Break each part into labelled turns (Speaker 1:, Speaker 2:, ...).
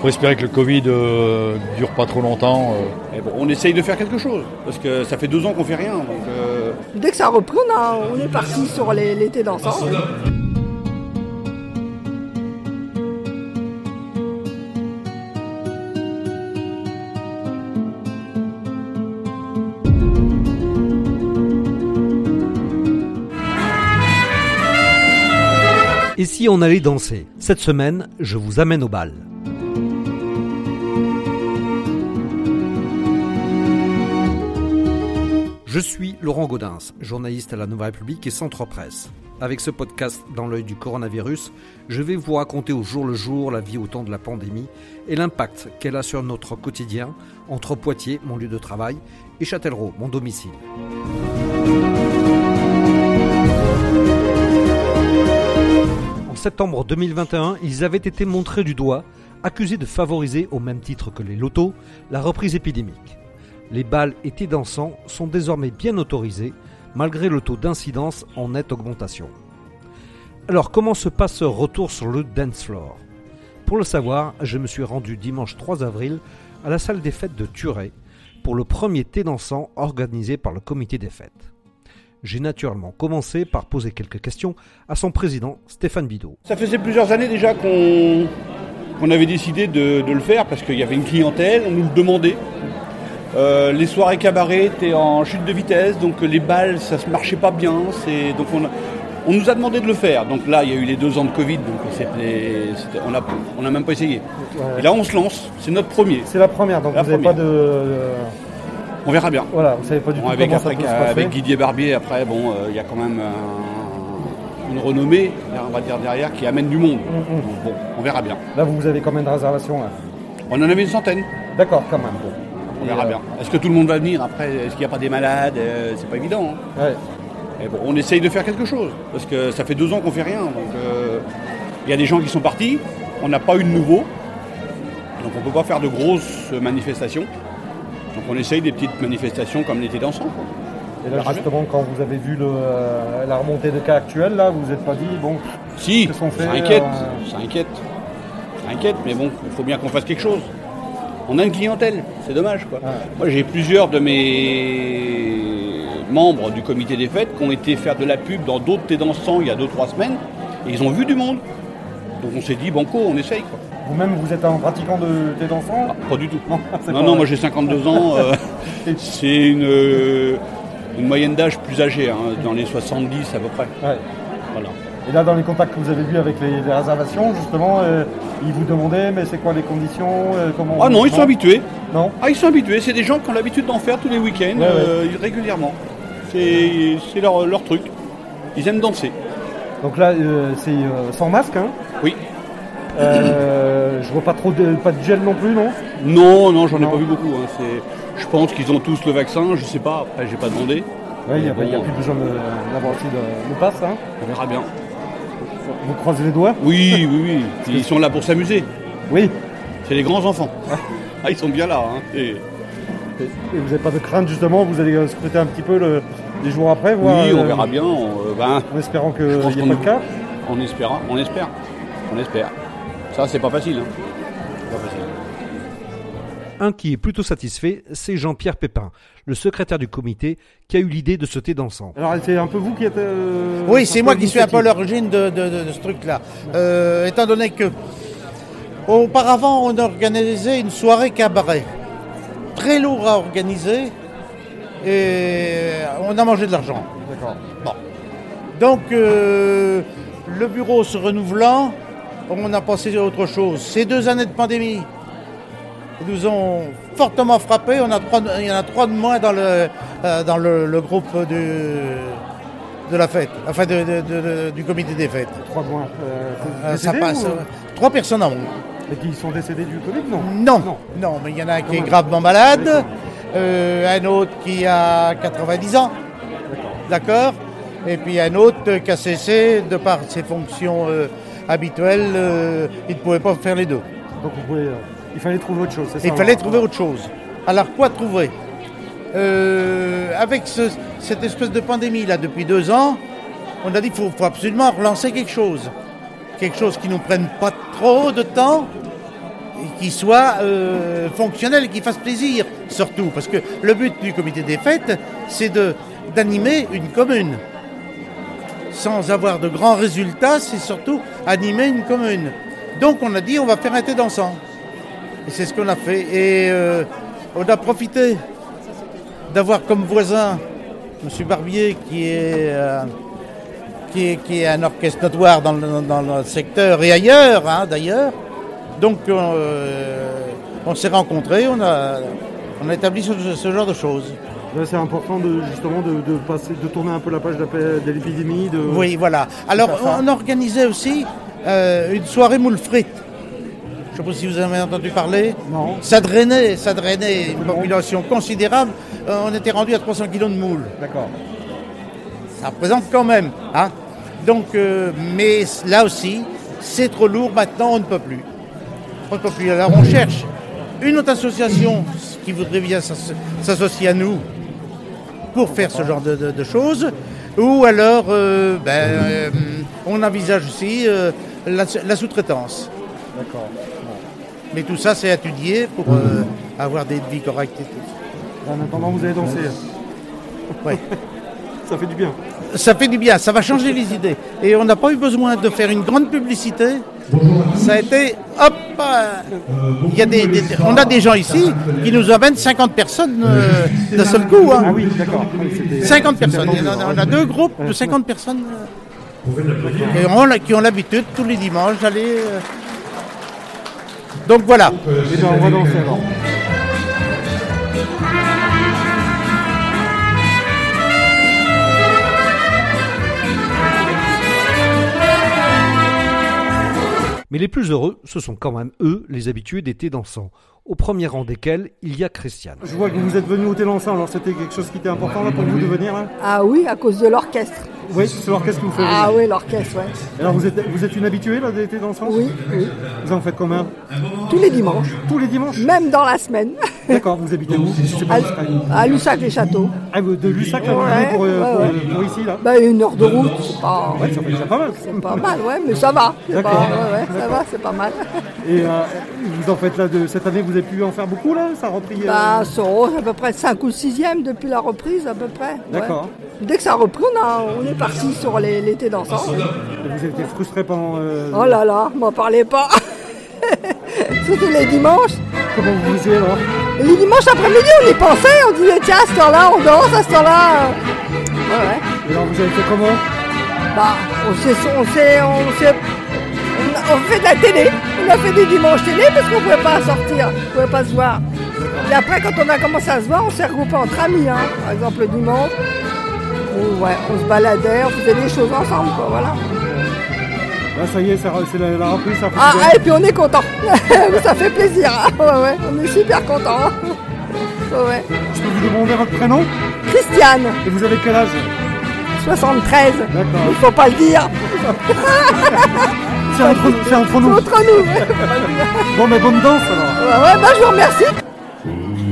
Speaker 1: faut espérer que le Covid euh, dure pas trop longtemps. euh.
Speaker 2: Mais bon, Eh ben, on essaye de faire quelque chose, parce que ça fait deux ans qu'on fait rien. Donc, euh,
Speaker 3: Dès que ça a repris, on, a- on est parti sur les- l'été dansant.
Speaker 4: Et si on allait danser Cette semaine, je vous amène au bal. Je suis Laurent Gaudens, journaliste à la Nouvelle République et Centre Presse. Avec ce podcast dans l'œil du coronavirus, je vais vous raconter au jour le jour la vie au temps de la pandémie et l'impact qu'elle a sur notre quotidien entre Poitiers, mon lieu de travail, et Châtellerault, mon domicile. En septembre 2021, ils avaient été montrés du doigt, accusés de favoriser, au même titre que les lotos, la reprise épidémique. Les balles et dansants sont désormais bien autorisés, malgré le taux d'incidence en nette augmentation. Alors, comment se passe ce retour sur le dance floor Pour le savoir, je me suis rendu dimanche 3 avril à la salle des fêtes de Turet pour le premier thé dansant organisé par le comité des fêtes. J'ai naturellement commencé par poser quelques questions à son président Stéphane Bidot.
Speaker 2: ça faisait plusieurs années déjà qu'on qu'on avait décidé de, de le faire, parce qu'il y avait une clientèle, on nous le demandait. Euh, les soirées cabaret étaient en chute de vitesse, donc les balles, ça ne marchait pas bien. c'est- Donc on, a- on nous a demandé de le faire. Donc là, il y a eu les deux ans de Covid, donc c'était- c'était- on n'a on a même pas essayé. Et là, on se lance, c'est notre premier.
Speaker 5: C'est la première, donc
Speaker 2: La
Speaker 5: vous n'avez
Speaker 2: première.
Speaker 5: pas de. euh,
Speaker 2: On verra bien.
Speaker 5: voilà, vous savez pas du
Speaker 2: Bon,
Speaker 5: tout
Speaker 2: avec,
Speaker 5: comment ça
Speaker 2: après,
Speaker 5: peut se passer.
Speaker 2: avec Didier Barbier, après, bon, euh, il y a quand même un- une renommée, on va dire derrière, qui amène du monde.
Speaker 5: Mm,
Speaker 2: Donc, bon, on verra bien.
Speaker 5: Là, vous avez combien de réservations là
Speaker 2: On en avait une centaine,
Speaker 5: D'accord, quand même.
Speaker 2: on
Speaker 5: Et,
Speaker 2: verra
Speaker 5: euh,
Speaker 2: bien. Est-ce que tout le monde va venir après Est-ce qu'il n'y a pas des malades Euh, C'est pas évident. hein.
Speaker 5: Ouais.
Speaker 2: Mais bon, on essaye de faire quelque chose, parce que ça fait deux ans qu'on fait rien. Donc, euh, il y a des gens qui sont partis, on n'a pas eu de nouveaux, donc on ne peut pas faire de grosses manifestations. Donc on essaye des petites manifestations comme l'été dansant. quoi.
Speaker 5: Et là, justement, quand vous avez vu le, euh, la remontée de cas actuels, là, vous vous êtes pas dit, bon,
Speaker 2: Si,
Speaker 5: Qu'est-ce qu'on fait,
Speaker 2: ça inquiète,
Speaker 5: euh
Speaker 2: ça inquiète, ça inquiète, mais bon, il faut bien qu'on fasse quelque chose. On a une clientèle, c'est dommage quoi.
Speaker 5: Ah.
Speaker 2: Moi j'ai plusieurs de mes membres du comité des fêtes qui ont été faire de la pub dans d'autres thés dansants il y a 2-3 semaines et ils ont vu du monde. Donc on s'est dit banco, on essaye quoi.
Speaker 5: vous-même, vous êtes un pratiquant de, des dansants
Speaker 2: Ah, pas du tout.
Speaker 5: Non, c'est
Speaker 2: Non,
Speaker 5: pas
Speaker 2: non,
Speaker 5: vrai.
Speaker 2: moi j'ai 52 ans. euh, c'est une, euh, une moyenne d'âge plus âgée, hein, dans les 70 à peu près.
Speaker 5: Ouais.
Speaker 2: Voilà.
Speaker 5: Et là, dans les contacts que vous avez vus avec les, les réservations, justement, euh, ils vous demandaient, mais c'est quoi les conditions euh, comment
Speaker 2: Ah non, ils sont habitués.
Speaker 5: Non
Speaker 2: Ah, ils sont habitués, c'est des gens qui ont l'habitude d'en faire tous les week-ends,
Speaker 5: Ouais, ouais.
Speaker 2: euh, régulièrement. C'est c'est leur, leur truc. Ils aiment danser.
Speaker 5: Donc là, euh, c'est euh, sans masque, hein
Speaker 2: Oui.
Speaker 5: Euh, Je vois pas trop de, pas de gel non plus, non
Speaker 2: Non, non, j'en ai
Speaker 5: Non.
Speaker 2: pas vu beaucoup. hein. C'est- Je pense qu'ils ont tous le vaccin, je sais pas, après j'ai pas demandé.
Speaker 5: Ouais, il n'y a,
Speaker 2: Mais
Speaker 5: il y a
Speaker 2: bon,
Speaker 5: plus besoin de- d'avoir aussi le, le pass, hein
Speaker 2: On verra bien.
Speaker 5: Vous croisez les doigts
Speaker 2: Oui, oui, oui. Ils sont là pour s'amuser.
Speaker 5: Oui.
Speaker 2: C'est les grands enfants. Ah, ils sont bien là. hein. Et-
Speaker 5: Et et vous n'avez pas de crainte justement, vous allez euh, scruter un petit peu le- les jours après, voir,
Speaker 2: Oui, on
Speaker 5: euh,
Speaker 2: verra bien. on- euh, ben,
Speaker 5: En espérant qu'il
Speaker 2: je pense
Speaker 5: n'y ait
Speaker 2: qu'on
Speaker 5: pas de cas.
Speaker 2: On espère, hein. on espère. On espère. Ça, c'est pas facile. hein. C'est Pas facile.
Speaker 4: Un qui est plutôt satisfait, c'est Jean-Pierre Pépin, le secrétaire du comité qui a eu l'idée de ce thé dansant.
Speaker 5: Alors c'est un peu vous qui êtes. euh,
Speaker 6: Oui, c'est
Speaker 5: un
Speaker 6: moi
Speaker 5: peu
Speaker 6: qui suis un peu à
Speaker 5: l'initiative.
Speaker 6: l'origine de, de- de- de ce truc-là. Euh, étant donné que, auparavant, on organisait une soirée cabaret. Très lourd à organiser. Et on a mangé de l'argent.
Speaker 5: D'accord.
Speaker 6: Bon. Donc, euh, le bureau se renouvelant, on a pensé à autre chose. Ces deux années de pandémie nous ont fortement frappés. On a trois, il y en a trois de moins dans le, euh, dans le, le groupe du- de la fête, enfin de- de- de- du comité des fêtes.
Speaker 5: Trois points. Euh, c'est
Speaker 6: Euh, ça
Speaker 5: décédé,
Speaker 6: passe.
Speaker 5: ou-
Speaker 6: Trois personnes en moins.
Speaker 5: Et qui sont décédés du Covid, non
Speaker 6: Non, non, mais il y en a un qui est gravement malade, euh, un autre qui a 90 ans, d'accord, et puis un autre euh, qui a cessé, de par ses fonctions euh, habituelles, euh, il ne pouvait pas faire les deux.
Speaker 5: Donc vous pouvez, euh, il fallait trouver autre chose, c'est ça hein.
Speaker 6: Il fallait
Speaker 5: alors
Speaker 6: trouver autre chose. Alors quoi trouver Euh, Avec ce- cette espèce de pandémie là depuis deux ans, on a dit qu'il faut, faut absolument relancer quelque chose. Quelque chose qui ne nous prenne pas trop de temps et qui soit euh, fonctionnel et qui fasse plaisir, surtout. Parce que le but du comité des fêtes, c'est de- d'animer une commune. Sans avoir de grands résultats, c'est surtout animer une commune. Donc on a dit, on va faire un thé dansant. Et c'est ce qu'on a fait. Et euh, on a profité d'avoir comme voisin M. Barbier, qui est, euh, qui est, qui est un orchestre notoire dans le, dans le secteur et ailleurs, hein, d'ailleurs. Donc on, euh, on s'est rencontrés, on a, on a établi ce, ce genre de choses.
Speaker 5: Là, Euh, c'est important de, justement de, de passer, de tourner un peu la page de la pa- de l'épidémie. De...
Speaker 6: Oui, voilà. Alors
Speaker 5: Tout à fait.
Speaker 6: on organisait aussi euh, une soirée moule frites. Je ne sais pas si vous en avez entendu parler.
Speaker 5: Non.
Speaker 6: Ça drainait, ça drainait une population considérable. Euh, on était rendu à 300 kilos de moules.
Speaker 5: D'accord.
Speaker 6: ça représente quand même. hein. Donc, euh, mais là aussi, c'est trop lourd. Maintenant, on ne peut plus. On ne peut plus. Alors, on cherche une autre association qui voudrait bien s'as- s'associer à nous pour faire ce genre de, de- de choses. Ou alors, euh, ben, euh, on envisage aussi euh, la, la sous-traitance.
Speaker 5: D'accord.
Speaker 6: Mais tout ça, c'est étudié pour euh, avoir des vies correctes. et tout.
Speaker 5: En attendant, vous allez danser.
Speaker 6: Ouais.
Speaker 5: Ça fait du bien.
Speaker 6: Ça fait du bien, ça va changer les idées. Et on n'a pas eu besoin de faire une grande publicité. Ça a été, hop, euh, il y a des, des- on a des gens ici qui nous amènent 50 personnes euh, d'un seul coup. hein.
Speaker 5: Ah oui, d'accord. Oui, c'était-
Speaker 6: 50
Speaker 5: c'était
Speaker 6: personnes.
Speaker 5: attendu.
Speaker 6: On a, on a deux groupes de 50 personnes euh, et on l'a- qui ont l'habitude tous les dimanches d'aller. euh. Donc voilà.
Speaker 5: Eh bien, on va danser alors.
Speaker 4: Mais les plus heureux, ce sont quand même eux, les habitués des thés dansants, au premier rang desquels il y a Christiane.
Speaker 5: Je vois que vous êtes venu au Télançon, alors c'était quelque chose qui était important là pour vous de venir là
Speaker 3: Ah oui, à cause de l'orchestre.
Speaker 5: Oui, c'est l'orchestre qui vous fait venir.
Speaker 3: Ah oui, l'orchestre, ouais.
Speaker 5: Alors vous êtes, vous êtes une habituée là d'été dansant
Speaker 3: Oui, oui.
Speaker 5: Vous en faites combien
Speaker 3: Tous les dimanches,
Speaker 5: Tous les dimanches
Speaker 3: même dans la semaine,
Speaker 5: D'accord, vous habitez où Je sais
Speaker 3: à,
Speaker 5: pas.
Speaker 3: à Lussac-les-Châteaux.
Speaker 5: Ah, vous- de Lussac là, vous
Speaker 3: Ah, Ouais,
Speaker 5: venez pour, euh,
Speaker 3: ouais,
Speaker 5: pour,
Speaker 3: ouais.
Speaker 5: euh, pour ici là
Speaker 3: Bah, une heure de route, c'est pas,
Speaker 5: Ouais, ça fait déjà pas mal.
Speaker 3: c'est pas mal, ouais, mais ça va. C'est
Speaker 5: D'accord.
Speaker 3: pas- ouais, ouais, ça va, c'est pas mal.
Speaker 5: Et euh, vous en faites là de cette année, vous avez pu en faire beaucoup là Ça a repris euh,
Speaker 3: Bah, Soros, à peu près 5 ou 6e depuis la reprise, à peu près. ouais.
Speaker 5: D'accord.
Speaker 3: Dès que ça a repris, on, a- on est parti sur les- l'été dansant.
Speaker 5: Vous avez été frustré pendant. euh,
Speaker 3: Oh là là, m'en parlez pas. Surtout les dimanches.
Speaker 5: Comment vous vous faisiez alors
Speaker 3: Les dimanches après-midi, on y pensait, on disait tiens, à cette heure-là, on danse, à cette heure-là. euh. Ouais, ouais.
Speaker 5: Et alors vous avez fait comment
Speaker 3: Bah, on s'est. On, s'est- on, s'est- on a- on fait de la télé. On a fait des dimanches télé parce qu'on pouvait pas sortir, on pouvait pas se voir. Et après, quand on a commencé à se voir, on s'est regroupés entre amis. hein. Par exemple, le dimanche, on, ouais, on se baladait, on faisait des choses ensemble, quoi, voilà.
Speaker 5: Là ça y est, ça re- c'est la, la reprise, ça fait
Speaker 3: Ah,
Speaker 5: du bien.
Speaker 3: ah, et puis on est content. Ça fait plaisir. hein. Ouais, ouais, on est super content. hein. Ouais, ouais.
Speaker 5: Je peux vous demander votre prénom
Speaker 3: Christiane,
Speaker 5: Et vous avez quel âge
Speaker 3: 73.
Speaker 5: D'accord. Ah
Speaker 3: Il faut pas le dire.
Speaker 5: C'est entre, c'est entre nous.
Speaker 3: Entre nous. Ouais,
Speaker 5: Bon, mais bonne danse alors.
Speaker 3: ouais, bah, je vous remercie.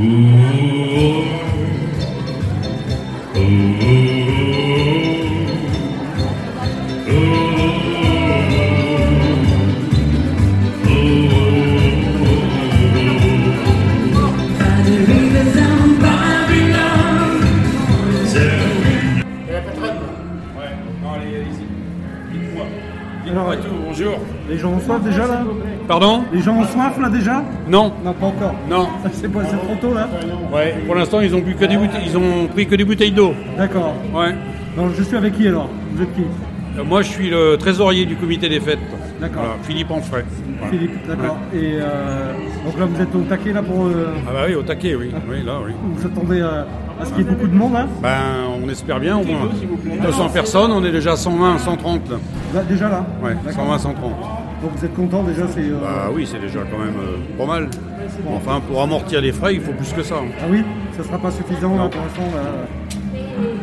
Speaker 5: Alors,
Speaker 7: Bonjour.
Speaker 5: les gens en soif déjà là
Speaker 7: Pardon
Speaker 5: Les gens en soif là déjà
Speaker 7: Non,
Speaker 5: Non, pas encore.
Speaker 7: non.
Speaker 5: C'est pas c'est trop tôt là
Speaker 7: Ouais, pour l'instant, ils ont bu que des bouteilles, ils ont pris que des bouteilles d'eau.
Speaker 5: D'accord.
Speaker 7: Ouais.
Speaker 5: Donc je suis avec qui alors Vous êtes qui
Speaker 7: Euh, Moi, je suis le trésorier du comité des fêtes.
Speaker 5: D'accord.
Speaker 7: Voilà, Philippe Enfray. Voilà.
Speaker 5: Philippe, d'accord. Et euh, donc là vous êtes au taquet là pour. euh,
Speaker 7: Ah bah oui, au taquet, oui. Oui, là, oui.
Speaker 5: vous attendez à, à ce qu'il y ait beaucoup de monde là
Speaker 7: Ben, on espère bien au moins 200 personnes, on est déjà à 120, 130 là.
Speaker 5: Là, Déjà là
Speaker 7: Ouais,
Speaker 5: D'accord.
Speaker 7: 120, 130.
Speaker 5: Donc vous êtes content déjà c'est. euh,
Speaker 2: Ah
Speaker 7: Bah oui, c'est déjà quand même euh, pas mal. Enfin, pour amortir les frais, il faut plus que ça. hein.
Speaker 5: Ah oui Ça sera pas suffisant là
Speaker 7: Non.
Speaker 5: pour l'instant là.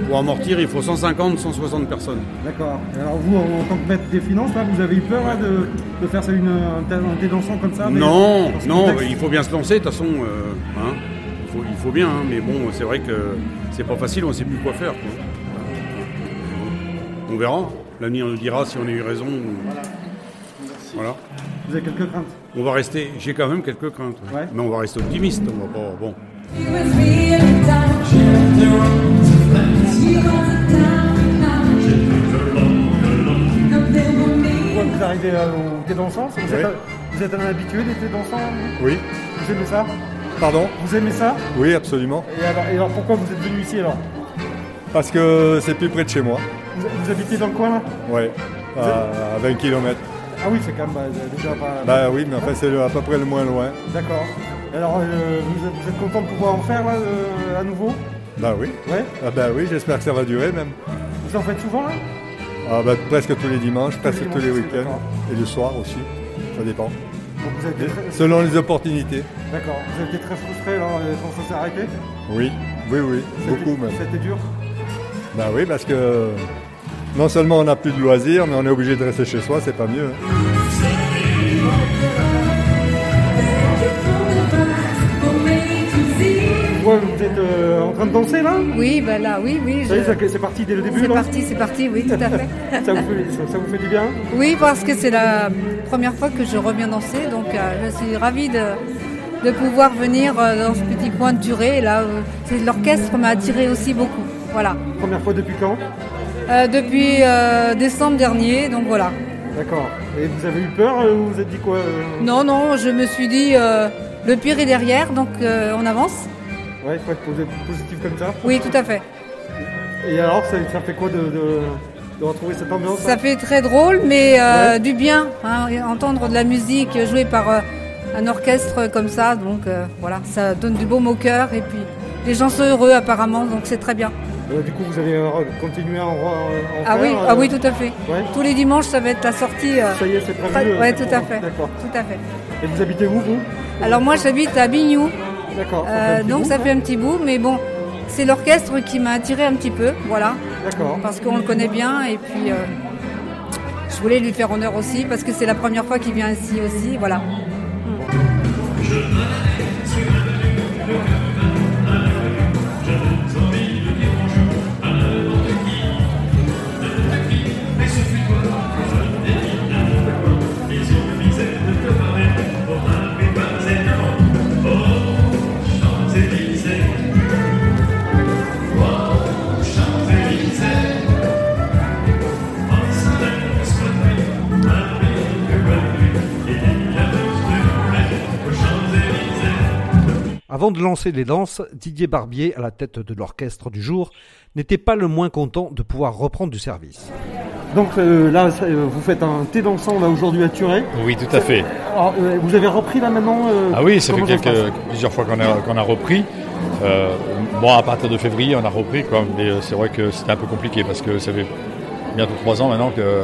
Speaker 7: Pour amortir, il faut 150, 160 personnes.
Speaker 5: D'accord. Et Alors vous, en, en tant que maître des finances, là, vous avez eu peur là, de, de faire ça une, un, tel- un dédansant comme ça mais-
Speaker 7: Non,
Speaker 5: dans ce
Speaker 7: non,
Speaker 5: contexte
Speaker 7: il faut bien se lancer, de toute façon, euh, hein, il, faut, il faut bien, hein, mais bon, c'est vrai que c'est pas facile, on sait plus quoi faire. quoi. On verra, l'avenir nous dira si on a eu raison. ou- Voilà.
Speaker 5: Vous avez quelques craintes
Speaker 7: On va rester, j'ai quand même quelques craintes, ouais.
Speaker 5: Ouais.
Speaker 7: mais on va rester optimiste. On va pas, bon.
Speaker 5: Pourquoi vous arrivez euh, au thé dansant Vous êtes,
Speaker 1: Ouais.
Speaker 5: un- vous êtes un habitué des thés dansants
Speaker 1: Oui,
Speaker 5: Vous aimez ça
Speaker 1: pardon
Speaker 5: Vous aimez ça
Speaker 1: Oui, absolument.
Speaker 5: et alors, et alors pourquoi vous êtes venu ici alors
Speaker 1: Parce que c'est plus près de chez moi.
Speaker 5: vous, vous habitez dans le coin là
Speaker 1: Ouais, Euh, à 20 km.
Speaker 5: Ah oui, c'est quand même bah, déjà pas.
Speaker 1: Bah oui, mais enfin, c'est à peu près le moins loin.
Speaker 5: D'accord. Alors euh, vous, êtes, vous êtes content de pouvoir en faire là euh, à nouveau
Speaker 1: Bah oui.
Speaker 5: Ouais
Speaker 1: Ah bah oui, j'espère que ça va durer même.
Speaker 5: Vous en faites souvent là
Speaker 1: Ah bah, presque tous les dimanches, presque
Speaker 5: dimanches
Speaker 1: tous les
Speaker 5: aussi,
Speaker 1: week-ends.
Speaker 5: d'accord.
Speaker 1: Et le soir aussi, ça dépend.
Speaker 5: Donc vous avez été très-
Speaker 1: Selon les opportunités.
Speaker 5: D'accord. Vous avez été très frustré là euh, quand ça s'est arrêté
Speaker 1: Oui, oui, oui,
Speaker 5: C'était-
Speaker 1: beaucoup même.
Speaker 5: C'était dur
Speaker 1: Bah oui, parce que non seulement on n'a plus de loisirs, mais on est obligé de rester chez soi, c'est pas mieux. hein.
Speaker 5: Ouais, vous êtes euh, en train de danser là
Speaker 8: Oui, ben là, oui, oui.
Speaker 5: Ça y est,
Speaker 8: je-
Speaker 5: ça- c'est parti dès le début
Speaker 8: C'est
Speaker 5: là
Speaker 8: parti, c'est parti, oui, tout à fait.
Speaker 5: ça, vous fait, ça- ça vous fait du bien
Speaker 8: Oui, parce que c'est la première fois que je reviens danser, donc euh, je suis ravie de, de pouvoir venir euh, dans ce petit point de durée. Là, euh, c'est l'orchestre m'a attiré aussi beaucoup. Voilà.
Speaker 5: Première fois depuis quand
Speaker 8: Euh, depuis euh, décembre dernier, donc voilà.
Speaker 5: D'accord. Et vous avez eu peur euh, ou vous vous êtes dit quoi euh,
Speaker 8: Non, non, je me suis dit euh, le pire est derrière, donc euh, on avance.
Speaker 5: Ouais, il faut être posi- positif comme ça.
Speaker 8: Oui, tout à fait.
Speaker 5: Et alors, ça, ça fait quoi de, de, de retrouver cette ambiance
Speaker 8: Ça fait très drôle, mais euh,
Speaker 5: Ouais.
Speaker 8: du bien, hein, et entendre de la musique jouée par euh, un orchestre comme ça. Donc euh, voilà, ça donne du baume au cœur et puis les gens sont heureux apparemment, donc c'est très bien.
Speaker 5: Euh, Du coup, vous allez euh, continuer à en, en- en
Speaker 8: Ah
Speaker 5: faire,
Speaker 8: oui,
Speaker 5: euh,
Speaker 8: ah oui, tout à fait.
Speaker 5: ouais.
Speaker 8: Tous les dimanches, ça va être la sortie. euh,
Speaker 5: Ça y est, c'est prévu.
Speaker 8: très-
Speaker 5: euh,
Speaker 8: ouais,
Speaker 5: c'est
Speaker 8: tout à
Speaker 5: bon,
Speaker 8: fait.
Speaker 5: D'accord.
Speaker 8: Tout à fait.
Speaker 5: Et vous habitez où, vous
Speaker 8: Alors moi, j'habite à Bignou,
Speaker 5: D'accord. ça
Speaker 8: euh,
Speaker 5: fait un petit
Speaker 8: donc
Speaker 5: bout,
Speaker 8: ça fait un petit bout, mais bon, c'est l'orchestre qui m'a attiré un petit peu, voilà,
Speaker 5: D'accord.
Speaker 8: parce qu'on le connaît bien et puis. euh, je voulais lui faire honneur aussi parce que c'est la première fois qu'il vient ici aussi, voilà.
Speaker 4: Avant de lancer les danses, Didier Barbier, à la tête de l'orchestre du jour, n'était pas le moins content de pouvoir reprendre du service.
Speaker 5: Donc euh, là, ça- euh, vous faites un thé dansant là aujourd'hui à Turin.
Speaker 1: Oui, tout à fait.
Speaker 5: Alors, euh, vous avez repris là maintenant euh,
Speaker 1: Ah oui, ça fait
Speaker 5: comment se
Speaker 1: quelques,
Speaker 5: passe
Speaker 1: plusieurs fois qu'on a, qu'on a repris. Euh, bon, à partir de février, on a repris, quoi. Mais euh, c'est vrai que c'était un peu compliqué parce que ça fait bientôt trois ans maintenant que-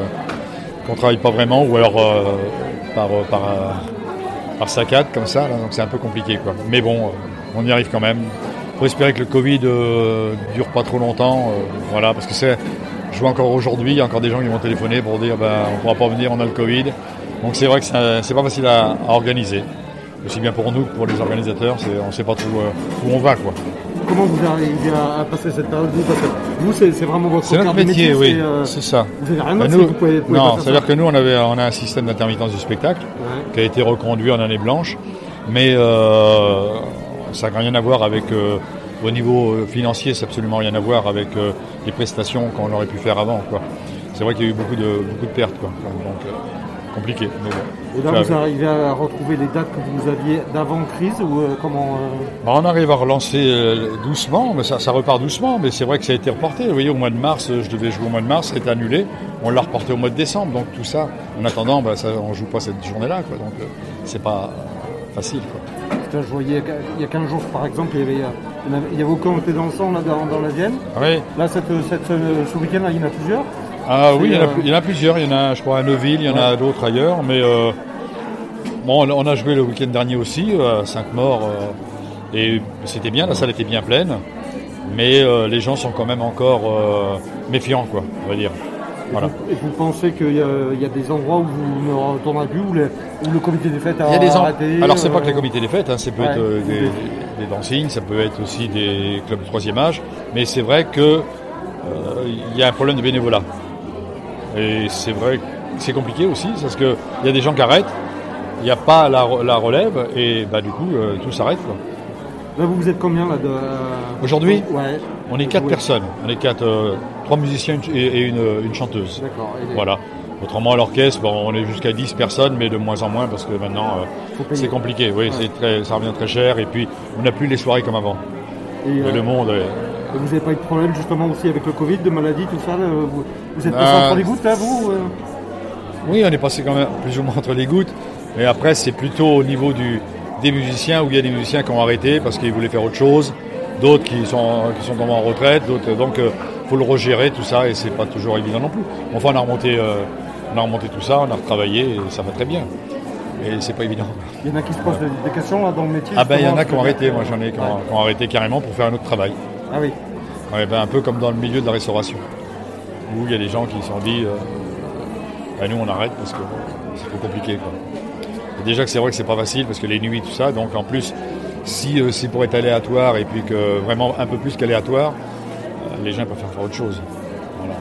Speaker 1: qu'on travaille pas vraiment, ou alors euh, par, euh, par, euh, par saccade comme ça. là. donc c'est un peu compliqué, quoi. Mais bon, euh, on y arrive quand même. Faut espérer que le Covid euh, dure pas trop longtemps, euh, voilà, parce que c'est. Je vois encore aujourd'hui, il y a encore des gens qui m'ont téléphoné pour dire, ben, on pourra pas venir, on a le Covid. Donc c'est vrai que ça- c'est pas facile à- à organiser aussi bien pour nous que pour les organisateurs, c'est- on ne sait pas trop euh, où on va. quoi.
Speaker 5: Comment vous arrivez à, à passer cette période vous Parce que vous, c'est c'est vraiment votre
Speaker 1: C'est notre
Speaker 5: cœur de
Speaker 1: métier, oui,
Speaker 5: c'est, euh,
Speaker 1: c'est ça.
Speaker 5: Vous avez rien
Speaker 1: Bah,
Speaker 5: d'autre,
Speaker 1: nous-
Speaker 5: vous pouvez, vous pouvez
Speaker 1: non,
Speaker 5: pas
Speaker 1: c'est-à-dire
Speaker 5: faire
Speaker 1: que nous, on, avait, on a un système d'intermittence du spectacle
Speaker 5: ça. Ouais.
Speaker 1: qui a été reconduit en année blanche, mais euh, ça n'a rien à voir avec, euh, au niveau euh, financier, c'est absolument rien à voir avec euh, les prestations qu'on aurait pu faire avant. quoi. C'est vrai qu'il y a eu beaucoup de, beaucoup de pertes, quoi. donc euh, compliqué. mais bon.
Speaker 5: Et là,
Speaker 1: Ça-
Speaker 5: vous arrivez à retrouver les dates que vous aviez d'avant crise ou euh, comment euh,
Speaker 1: Bah, on arrive à relancer euh, doucement, mais ça, ça repart doucement, mais c'est vrai que ça a été reporté. Vous voyez, au mois de mars, euh, je devais jouer au mois de mars, c'était annulé. On l'a reporté au mois de décembre, donc tout ça, en attendant, bah, ça, on joue pas cette journée-là, quoi. donc euh, c'est pas euh, facile. Quoi.
Speaker 5: putain, je voyais qu'à- il y a 15 jours, par exemple, il y avait, euh, il y en avait- il y avait aucun thé dansant là, dans, dans la Vienne.
Speaker 1: Ah Oui,
Speaker 5: Là, cette, cette, euh, ce week-end, là, il y en a plusieurs.
Speaker 1: ah, oui il, y en a,
Speaker 5: euh,
Speaker 1: il y en a plusieurs, il y en a, je crois, à Neuville, il y en a d'autres ailleurs, mais euh, bon, on a- on a joué le week-end dernier aussi, 5 morts, euh, et c'était bien, la salle était bien pleine, mais euh, les gens sont quand même encore euh, méfiants, quoi, on va dire. Voilà.
Speaker 5: Et vous pensez qu'il y, a- il y a des endroits où vous ne retournerez plus, où, les- où le comité des fêtes a,
Speaker 1: Il y a des en-
Speaker 5: arrêté
Speaker 1: Alors c'est pas
Speaker 5: euh,
Speaker 1: que les comités des fêtes, hein, ça peut
Speaker 5: Ouais.
Speaker 1: être euh, des,
Speaker 5: Des-
Speaker 1: des dancing, ça peut être aussi des clubs de troisième âge, mais c'est vrai que euh, il y a un problème de bénévolat. Et c'est vrai que c'est compliqué aussi, parce qu'il y a des gens qui arrêtent, il n'y a pas la, re- la relève et bah, du coup, euh, tout s'arrête. quoi.
Speaker 5: Là, vous, vous êtes combien là de... euh,
Speaker 1: Aujourd'hui
Speaker 5: Ouais.
Speaker 1: On est quatre
Speaker 5: Oui.
Speaker 1: personnes. On est quatre, euh, trois musiciens et, et une, une chanteuse.
Speaker 5: D'accord. Et les-
Speaker 1: Voilà. Autrement, à l'orchestre, bon, on est jusqu'à 10 personnes, mais de moins en moins parce que maintenant, euh,
Speaker 5: Faut payer.
Speaker 1: c'est compliqué. Oui, c'est très, ça revient très cher. Et puis, on n'a plus les soirées comme avant.
Speaker 5: Et, euh,
Speaker 1: Le monde. euh,
Speaker 5: vous n'avez pas eu de problème justement aussi avec le Covid, de maladie, tout ça là, Vous, vous êtes passé
Speaker 1: Euh,
Speaker 5: entre les gouttes là, vous euh
Speaker 1: Oui, on est passé quand même plus ou moins entre les gouttes. Mais après, c'est plutôt au niveau du, des musiciens où il y a des musiciens qui ont arrêté parce qu'ils voulaient faire autre chose, d'autres qui sont, qui sont tombés en retraite, d'autres. Donc, euh, faut le regérer tout ça et c'est pas toujours évident non plus. Enfin, on a remonté, euh, on a remonté tout ça, on a retravaillé et ça va très bien. Et c'est pas évident.
Speaker 5: Il y en a qui se posent des, des questions là, dans le métier.
Speaker 1: Ah ben, il y en a qui ont
Speaker 5: justement,
Speaker 1: arrêté. Moi,
Speaker 5: parce que-
Speaker 1: j'en ai qui ont, qui ont arrêté carrément pour faire un autre travail.
Speaker 5: Ah oui.
Speaker 1: Ouais, ben, un peu comme dans le milieu de la restauration, où il y a des gens qui se sont dit, euh, Ben, nous on arrête parce que c'est trop compliqué. Quoi. Et déjà que c'est vrai que c'est pas facile parce que les nuits tout ça, donc en plus, si euh, c'est pour être aléatoire et puis que vraiment un peu plus qu'aléatoire, euh, les gens préfèrent faire autre chose. Voilà.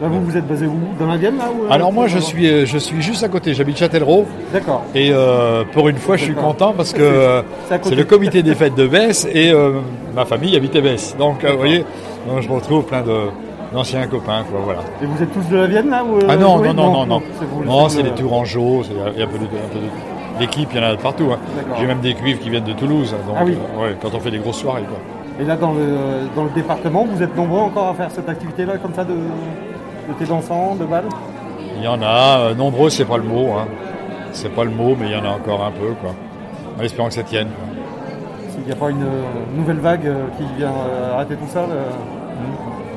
Speaker 5: Là, vous, vous êtes basé où Dans la Vienne là ou, euh,
Speaker 1: Alors moi
Speaker 5: dans-
Speaker 1: je suis, euh, je suis juste à côté, j'habite Châtellerault
Speaker 5: D'accord.
Speaker 1: et euh, pour une fois je suis
Speaker 5: D'accord.
Speaker 1: content parce que euh,
Speaker 5: C'est à côté.
Speaker 1: c'est le comité des fêtes de Besse et euh, ma famille habitait Besse. Donc euh, vous voyez, donc, je me retrouve plein de- d'anciens copains. Quoi, voilà.
Speaker 5: Et vous êtes tous de la Vienne là ou, euh,
Speaker 1: Ah non,
Speaker 5: oui,
Speaker 1: non, non, non, non.
Speaker 5: c'est vous,
Speaker 1: Non,
Speaker 5: c'est
Speaker 1: c'est
Speaker 5: le-
Speaker 1: des Tourangeaux, c'est- il y a un peu de- un peu de- d'équipes, il y en a de partout. hein.
Speaker 5: D'accord.
Speaker 1: J'ai même des cuivres qui viennent de Toulouse, hein, donc
Speaker 5: Ah oui.
Speaker 1: euh, ouais, quand on fait des grosses soirées. quoi.
Speaker 5: Et là, dans le, dans le département, vous êtes nombreux encore à faire cette activité-là, comme ça, de, de thé dansant, de bal
Speaker 1: Il y en a, euh, nombreux, c'est pas le mot. hein. C'est pas le mot, mais il y en a encore un peu, quoi. En espérant que ça tienne. quoi.
Speaker 5: Il n'y a pas une euh, nouvelle vague euh, qui vient euh, arrêter tout ça là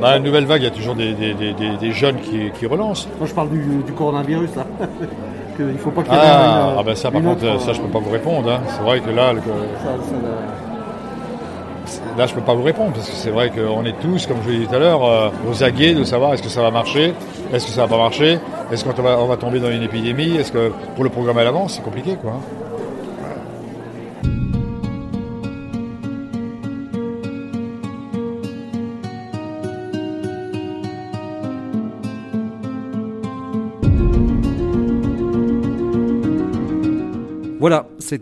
Speaker 1: Bah, une nouvelle vague, il y a toujours des, des- des- des- des jeunes qui, qui relancent.
Speaker 5: Moi, je parle du, du coronavirus, là. Que Il ne faut pas qu'il y ait
Speaker 1: Ah,
Speaker 5: une, euh,
Speaker 1: ah, bah ça, par
Speaker 5: une
Speaker 1: contre,
Speaker 5: autre,
Speaker 1: euh, ça, je
Speaker 5: euh,
Speaker 1: peux pas vous répondre. hein. C'est vrai que là, le-
Speaker 5: ça, ça, euh,
Speaker 1: Là, je peux pas vous répondre parce que c'est vrai qu'on est tous, comme je vous l'ai dit tout à l'heure, euh, aux aguets de savoir est-ce que ça va marcher, est-ce que ça va pas marcher, est-ce qu'on va, on va tomber dans une épidémie, est-ce que pour le programme à l'avance, c'est compliqué quoi. hein.
Speaker 4: Voilà, c'est